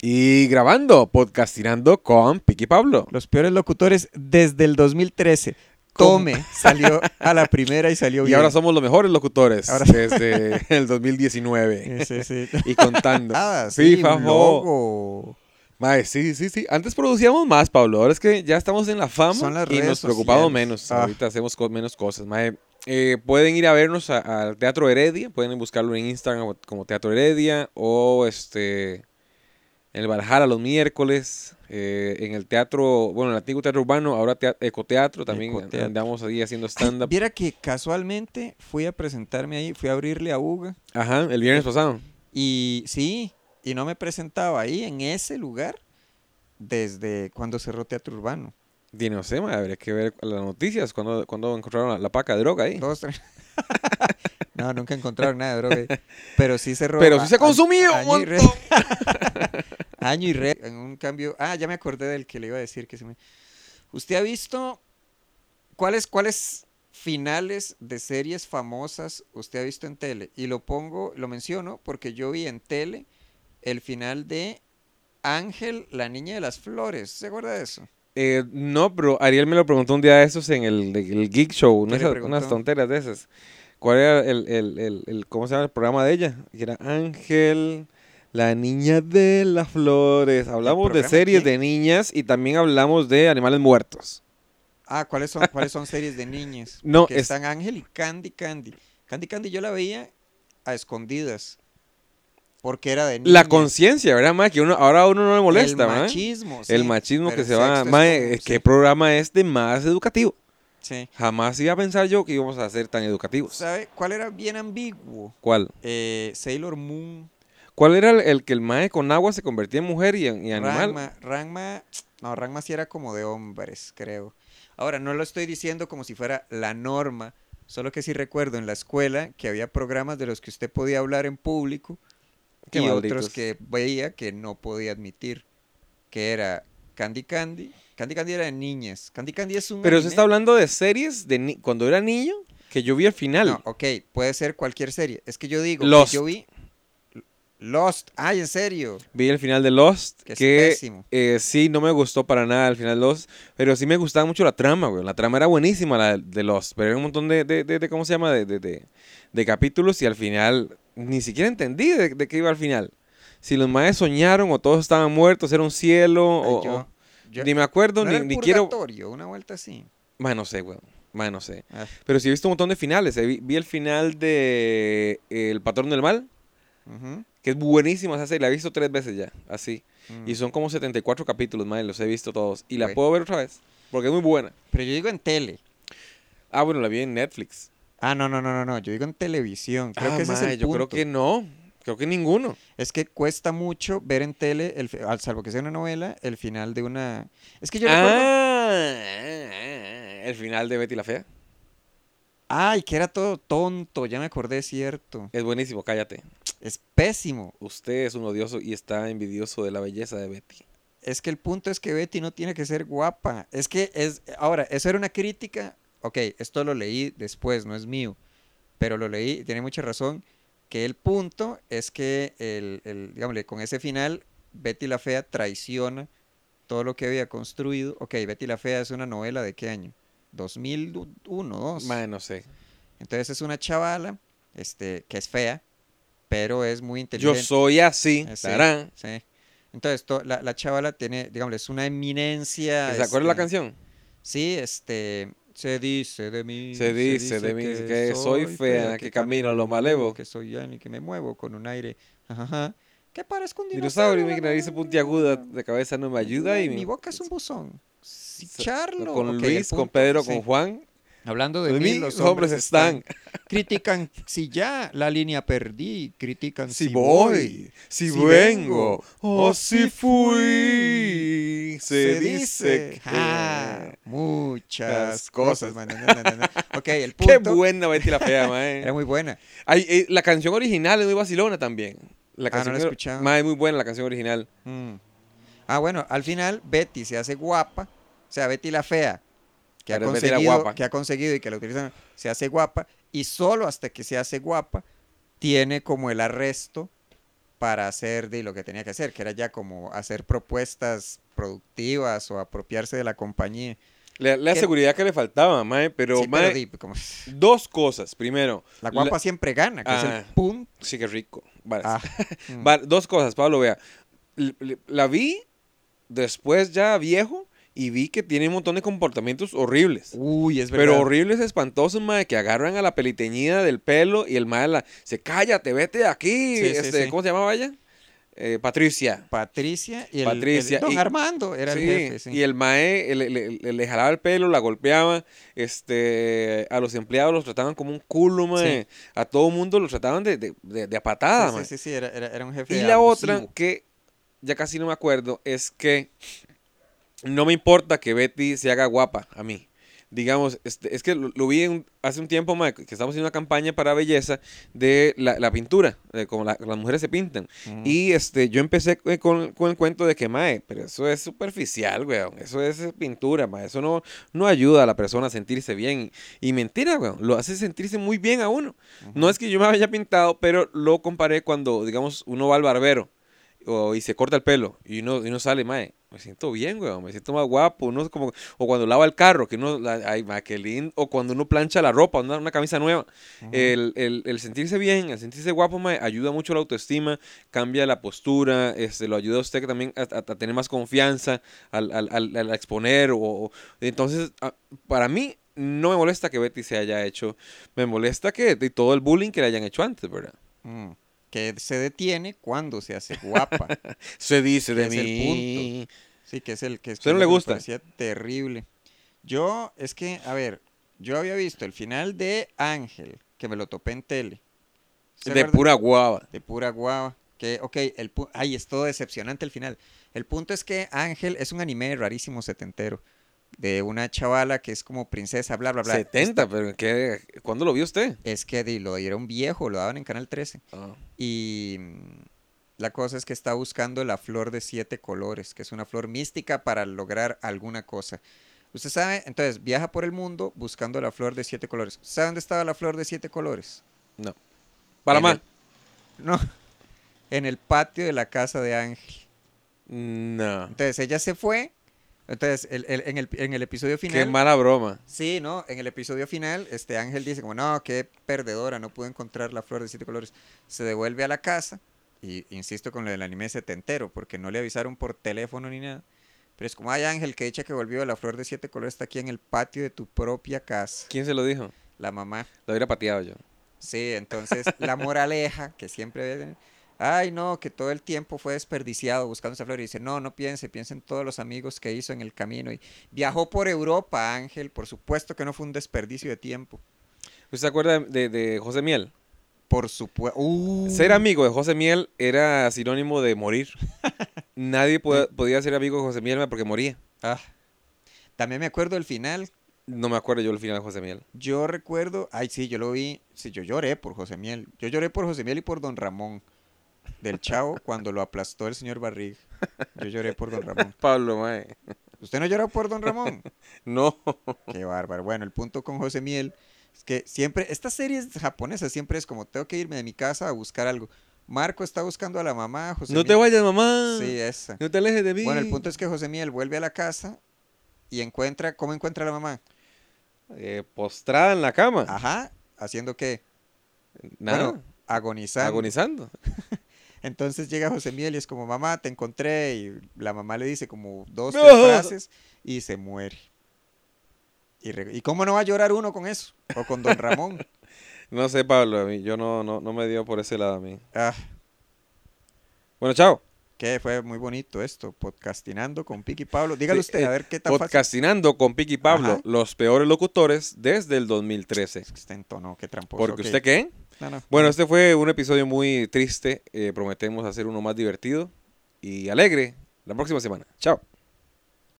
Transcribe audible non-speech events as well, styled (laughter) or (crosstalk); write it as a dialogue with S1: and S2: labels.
S1: Y grabando, podcastinando con Piqui Pablo.
S2: Los peores locutores desde el 2013. Tome salió a la primera y salió
S1: Y
S2: bien.
S1: ahora somos los mejores locutores
S2: Ahora- (laughs)
S1: desde el 2019. (laughs)
S2: Ese, ese.
S1: Y contando.
S2: Ah, sí,
S1: Fija,
S2: un
S1: jo.
S2: logo.
S1: Mae, sí, sí, sí. Antes producíamos más, Pablo. Ahora es que ya estamos en la fama
S2: Son las
S1: y
S2: redes
S1: nos preocupamos
S2: sociales.
S1: menos.
S2: Ah.
S1: Ahorita hacemos co- menos cosas. Mae, eh, pueden ir a vernos a- al Teatro Heredia. Pueden buscarlo en Instagram como- como Teatro Heredia o este en el Valhalla los miércoles. eh, en el teatro, bueno, en el antiguo teatro urbano, ahora tea- ecoteatro. También
S2: Ecoteatro.
S1: andamos ahí haciendo
S2: Ay,
S1: stand-up.
S2: Viera que casualmente fui a presentarme ahí, fui a abrirle a Uga
S1: Ajá, el viernes pasado.
S2: y sí, y no me presentaba ahí en ese lugar desde cuando cerró Teatro Urbano.
S1: Y no sé, mae, habría que ver las noticias. cuando encontraron la, la paca de droga ahí?
S2: Dos, tres. (laughs) no, nunca encontraron nada de droga. ahí. Pero sí cerró.
S1: Pero sí
S2: a-
S1: se ha consumido
S2: año,
S1: un
S2: y re-
S1: montón.
S2: (laughs) año y re- En un cambio. Ah, ya me acordé del que le iba a decir que se me. ¿Usted ha visto cuáles, cuáles finales de series famosas usted ha visto en tele? Y lo pongo, lo menciono porque yo vi en tele el final de Ángel, la niña de las flores. ¿Se acuerda de eso?
S1: Eh, no, pero Ariel me lo preguntó un día de esos en el, el Geek Show,
S2: ¿Qué le
S1: unas, unas
S2: preguntó?
S1: tonteras de esas. ¿Cuál era el, el- el- el- cómo se llama el programa de ella? Y era Ángel, la niña de las flores. Hablamos de
S2: programa
S1: series
S2: qué?
S1: de niñas y también hablamos de animales muertos.
S2: Ah, ¿cuáles son, ¿cuáles son series de niñas?
S1: (laughs) No,
S2: que
S1: es-
S2: están Ángel y Candy Candy. Candy Candy yo la veía a escondidas. Porque era de niña.
S1: La conciencia, ¿verdad, ma? Que uno, ahora a uno no le molesta,
S2: El
S1: ma.
S2: machismo.
S1: El
S2: sí,
S1: machismo que
S2: pero
S1: se va.
S2: sexto es
S1: ma,
S2: como-
S1: eh, ¿qué
S2: sí,
S1: programa es de más educativo?
S2: sí.
S1: Jamás iba a pensar yo que íbamos a ser tan educativos.
S2: ¿Sabe cuál era bien ambiguo?
S1: ¿Cuál?
S2: Eh, Sailor Moon,
S1: ¿Cuál era el, el que el mae con agua se convertía en mujer y, en, y animal?
S2: Ranma. Ranma, no, Ranma sí era como de hombres, creo. Ahora, no lo estoy diciendo como si fuera la norma, solo que sí recuerdo en la escuela que había programas de los que usted podía hablar en público
S1: Qué
S2: y
S1: malditos.
S2: otros que veía que no podía admitir, que era Candy Candy. Candy Candy era de niñas. Candy Candy es un
S1: Pero se
S2: anime.
S1: está hablando de series de ni- cuando era niño que yo vi al final.
S2: No, ok, puede ser cualquier serie. Es que yo digo,
S1: Lost.
S2: Que yo vi Lost. Ay, en serio.
S1: Vi el final de Lost
S2: Que es
S1: que
S2: pésimo.
S1: eh, sí no me gustó para nada el final de Lost, pero sí me gustaba mucho la trama, güey. La trama era buenísima la de Lost, pero era un montón de, de, de- de- ¿cómo se llama? De, de- de- de capítulos y al final ni siquiera entendí de, de qué iba al final. Si los maes soñaron o todos estaban muertos, era un cielo
S2: Ay,
S1: o,
S2: yo-
S1: o-
S2: yo-
S1: ni me acuerdo
S2: ¿no
S1: ni,
S2: era el
S1: ni quiero,
S2: purgatorio, una vuelta así.
S1: mae no sé, güey. Mae, no sé.
S2: Ah,
S1: Pero sí he visto un montón de finales. eh. Vi, vi el final de eh, El Patrón del Mal,
S2: ujú,
S1: que es buenísima esa serie. La he visto tres veces ya, así.
S2: mm.
S1: Y son como 74 capítulos, madre. Los he visto todos. Y la
S2: Ok.
S1: puedo ver otra vez, porque es muy buena.
S2: Pero yo digo en tele.
S1: Ah, bueno, la vi en Netflix.
S2: Ah, no, no, no, no, no. Yo digo en televisión. Creo
S1: ah,
S2: que ese es
S1: mae,
S2: el
S1: yo creo
S2: punto.
S1: que no. Creo que ninguno.
S2: Es que cuesta mucho ver en tele, el, fi- al salvo que sea una novela, el final de una. Es que yo recuerdo.
S1: Ah, el final de Betty la Fea.
S2: Ay, que era todo tonto. Ya me acordé, es cierto.
S1: Es buenísimo, cállate.
S2: Es pésimo.
S1: Usted es un odioso y está envidioso de la belleza de Betty.
S2: Es que el punto es que Betty no tiene que ser guapa. Es que es. Ahora, eso era una crítica. Ok, esto lo leí después, no es mío. Pero lo leí y tiene mucha razón. Que el punto es que, el, el, digámosle, con ese final, Betty la Fea traiciona todo lo que había construido. Ok, Betty la Fea es una novela de qué año? 2001, 2002.
S1: Mae, no sé.
S2: Entonces es una chavala este, que es fea, pero es muy
S1: Yo
S2: inteligente.
S1: soy así.
S2: Eh, sí.
S1: tarán.
S2: Sí. Entonces, to- la, la chavala tiene, digamos, es una eminencia.
S1: ¿Se acuerda la
S2: este,
S1: canción?
S2: Sí, este. Se dice de mí.
S1: Se dice de mí que soy fea, que camino a lo malevo.
S2: Que soy Yanni, que me muevo con un aire. Ajaja. Que parezco un
S1: Dinosaurio,
S2: dinosaurio.
S1: mi
S2: la, la,
S1: nariz
S2: la,
S1: puntiaguda
S2: la, la,
S1: de cabeza no me ayuda y
S2: Mi boca es un buzón. Sí, Charlo.
S1: Con
S2: Ok, el
S1: Luis, con
S2: punto,
S1: Pedro,
S2: sí.
S1: con Juan.
S2: Hablando de,
S1: De
S2: mí, los hombres están.
S1: están.
S2: Critican si ya la línea perdí. Critican
S1: Si voy, si
S2: si
S1: vengo,
S2: vengo,
S1: o
S2: o
S1: si
S2: si
S1: fui. Se dice
S2: ah,
S1: que.
S2: muchas
S1: las cosas.
S2: cosas. man, na, na, na,
S1: (laughs)
S2: na. Ok, el punto
S1: Qué buena Betty la Fea, mae.
S2: (laughs) era muy buena.
S1: Ay, eh, la canción original es muy vacilona también. La
S2: Ah, no
S1: canción
S2: la he
S1: or-
S2: escuchado.
S1: mae, muy buena la canción original.
S2: Mm. Ah, bueno, al final Betty se hace guapa, o sea, Betty la fea, que ha,
S1: Ahora es Betty la
S2: conseguido,
S1: guapa.
S2: que ha conseguido y que la utilizan, se hace guapa y solo hasta que se hace guapa tiene como el arresto para hacer de lo que tenía que hacer, que era ya como hacer propuestas productivas o apropiarse de la compañía.
S1: La, la
S2: Que-
S1: seguridad que le faltaba, mae, pero,
S2: Sí,
S1: mae,
S2: pero di, como-
S1: dos cosas. Primero,
S2: la guapa
S1: la-
S2: siempre gana, que es
S1: Ah.
S2: el punto.
S1: sí que rico. Vale, (laughs)
S2: Ah, mm.
S1: Va- dos cosas, Pablo, vea. L- l- La vi después ya viejo y vi que tiene un montón de comportamientos horribles.
S2: Uy, Uh, es verdad.
S1: Pero horribles, espantosos, mae, que agarran a la peliteñida del pelo y el mae la- se cállate, vete de aquí.
S2: Sí, sí,
S1: este,
S2: sí.
S1: ¿Cómo se llamaba ella? Eh, Patricia.
S2: Patricia y el,
S1: Patricia
S2: el don
S1: y-
S2: Armando era
S1: Sí,
S2: el jefe, sí.
S1: Y el mae le, le- le- le jalaba el pelo, la golpeaba. Este, a los empleados los trataban como un culo, mae. A todo mundo los trataban de, de, de- de a patada,
S2: Sí,
S1: mae.
S2: sí, sí, sí, era, era- era un jefe
S1: Y la otra
S2: abusivo.
S1: que ya casi no me acuerdo es que no me importa que Betty se haga guapa a mí. Digamos, este, es que lo, lo vi en- hace un tiempo, mae, que estamos haciendo una campaña para belleza de la, la pintura, de como la- las mujeres se pintan.
S2: Ujú.
S1: Y este, yo empecé eh, con, con el cuento de que, mae, pero eso es superficial, weón. Eso es eh, pintura, mae. Eso no, no ayuda a la persona a sentirse bien. Y mentira, weón. Lo hace sentirse muy bien a uno. No es que yo me haya pintado, pero lo comparé cuando, digamos, uno va al barbero o- y se corta el pelo y uno, y uno sale, mae, me siento bien, weón. Me siento más guapo. Uno es como, o cuando lava el carro, que uno, la- ay, mae, qué lindo. O cuando uno plancha la ropa, una, una camisa nueva.
S2: Ujú.
S1: El, el- el sentirse bien, el sentirse guapo, mae, ayuda mucho la autoestima, cambia la postura, este, lo ayuda a usted también a, a- a tener más confianza al, al- al- al exponer. O, o- entonces, a- para mí, no me molesta que Betty se haya hecho, me molesta que de todo el bullying que le hayan hecho antes, ¿verdad?
S2: Mm. Que se detiene cuando se hace
S1: (laughs)
S2: guapa.
S1: Se dice
S2: de mí. Sí, que es el que es
S1: ¿Usted no
S2: que
S1: le
S2: me
S1: gusta?
S2: parecía terrible. Yo, es que, a ver, yo había visto el final de Ángel, que me lo topé en tele. ¿Se
S1: De
S2: acuerda?
S1: pura guava.
S2: De pura guava. Que, ok, el pu- ay, es todo decepcionante el final. El punto es que Ángel es un anime rarísimo setentero. De una chavala que es como princesa, bla, bla, Este, bla.
S1: 70, pero ¿qué? ¿cuándo lo vio usted?
S2: Es que di, lo dieron viejo, lo daban en Canal 13.
S1: Ah,
S2: Y mm, la cosa es que está buscando la flor de siete colores, que es una flor mística para lograr alguna cosa. Usted sabe, entonces viaja por el mundo buscando la flor de siete colores. ¿Sabe dónde estaba la flor de siete colores?
S1: no. Panamá.
S2: No, en el patio de la casa de Ángel.
S1: No.
S2: Entonces ella se fue. Entonces el- el- en, el, en el episodio
S1: Qué
S2: final.
S1: mala broma.
S2: Sí, no, en el episodio final, este Ángel dice como, no, qué perdedora, no pude encontrar la flor de siete colores. Se devuelve a la casa, y insisto con lo del anime setentero, porque no le avisaron por teléfono ni nada. Pero es como, ay Ángel, que dicha que volvió, la flor de siete colores está aquí en el patio de tu propia casa,
S1: ¿Quién se lo dijo?
S2: la mamá.
S1: Lo hubiera pateado yo.
S2: Sí, entonces la moraleja que siempre ven, ay no, que todo el tiempo fue desperdiciado buscando esa flor y dice, no, no piense, piense en todos los amigos que hizo en el camino y viajó por Europa, Ángel, por supuesto que no fue un desperdicio de tiempo.
S1: ¿Usted se acuerda de, de José Miel?
S2: Por uh, supuesto.
S1: Ser amigo de José Miel era sinónimo de
S2: (laughs)
S1: morir. Nadie po- podía ser amigo de José Miel mae, porque moría.
S2: ah. También me acuerdo del final.
S1: No me acuerdo yo el final de José Miel.
S2: Yo recuerdo, ay sí, yo lo vi, sí, yo lloré por José Miel. Yo lloré por José Miel y por Don Ramón del Chavo cuando lo aplastó el señor Barriga. Yo lloré por Don Ramón.
S1: Pablo, mae.
S2: ¿Usted no lloró por Don Ramón? (laughs)
S1: No.
S2: Qué bárbaro. Bueno, el punto con José Miel es que siempre, estas series japonesas siempre es como, tengo que irme de mi casa a buscar algo. Marco está buscando a la mamá, José
S1: no te
S2: Miel-
S1: vayas, mamá.
S2: Sí, esa.
S1: No te alejes de mí.
S2: Bueno, el punto es que José Miel vuelve a la casa y encuentra, ¿cómo encuentra a la mamá?
S1: Eh, postrada en la cama.
S2: Ajá, haciendo qué?
S1: Nada.
S2: Ah, Bueno, agonizando.
S1: agonizando.
S2: Entonces llega José Miel y es como, mamá, te encontré. Y la mamá le dice como dos,
S1: No.
S2: tres frases y se muere. Y, re- ¿Y cómo no va a llorar uno con eso? O con Don Ramón.
S1: (laughs) No sé, Pablo, a mí, yo no, no, no me dio por ese lado a mí.
S2: Ah.
S1: Bueno, chao.
S2: Que fue muy bonito esto, podcastinando con Piqui Pablo. Dígalo
S1: Sí,
S2: usted,
S1: eh,
S2: a ver qué tan fácil.
S1: Podcastinando con Piqui Pablo,
S2: Ajá.
S1: los peores locutores desde el 2013.
S2: Es que usted entonó, qué tramposo.
S1: Porque
S2: pues, ok. Mm.
S1: usted qué?
S2: No, no.
S1: Bueno, este fue un episodio muy triste. eh, prometemos hacer uno más divertido y alegre la próxima semana. Chao.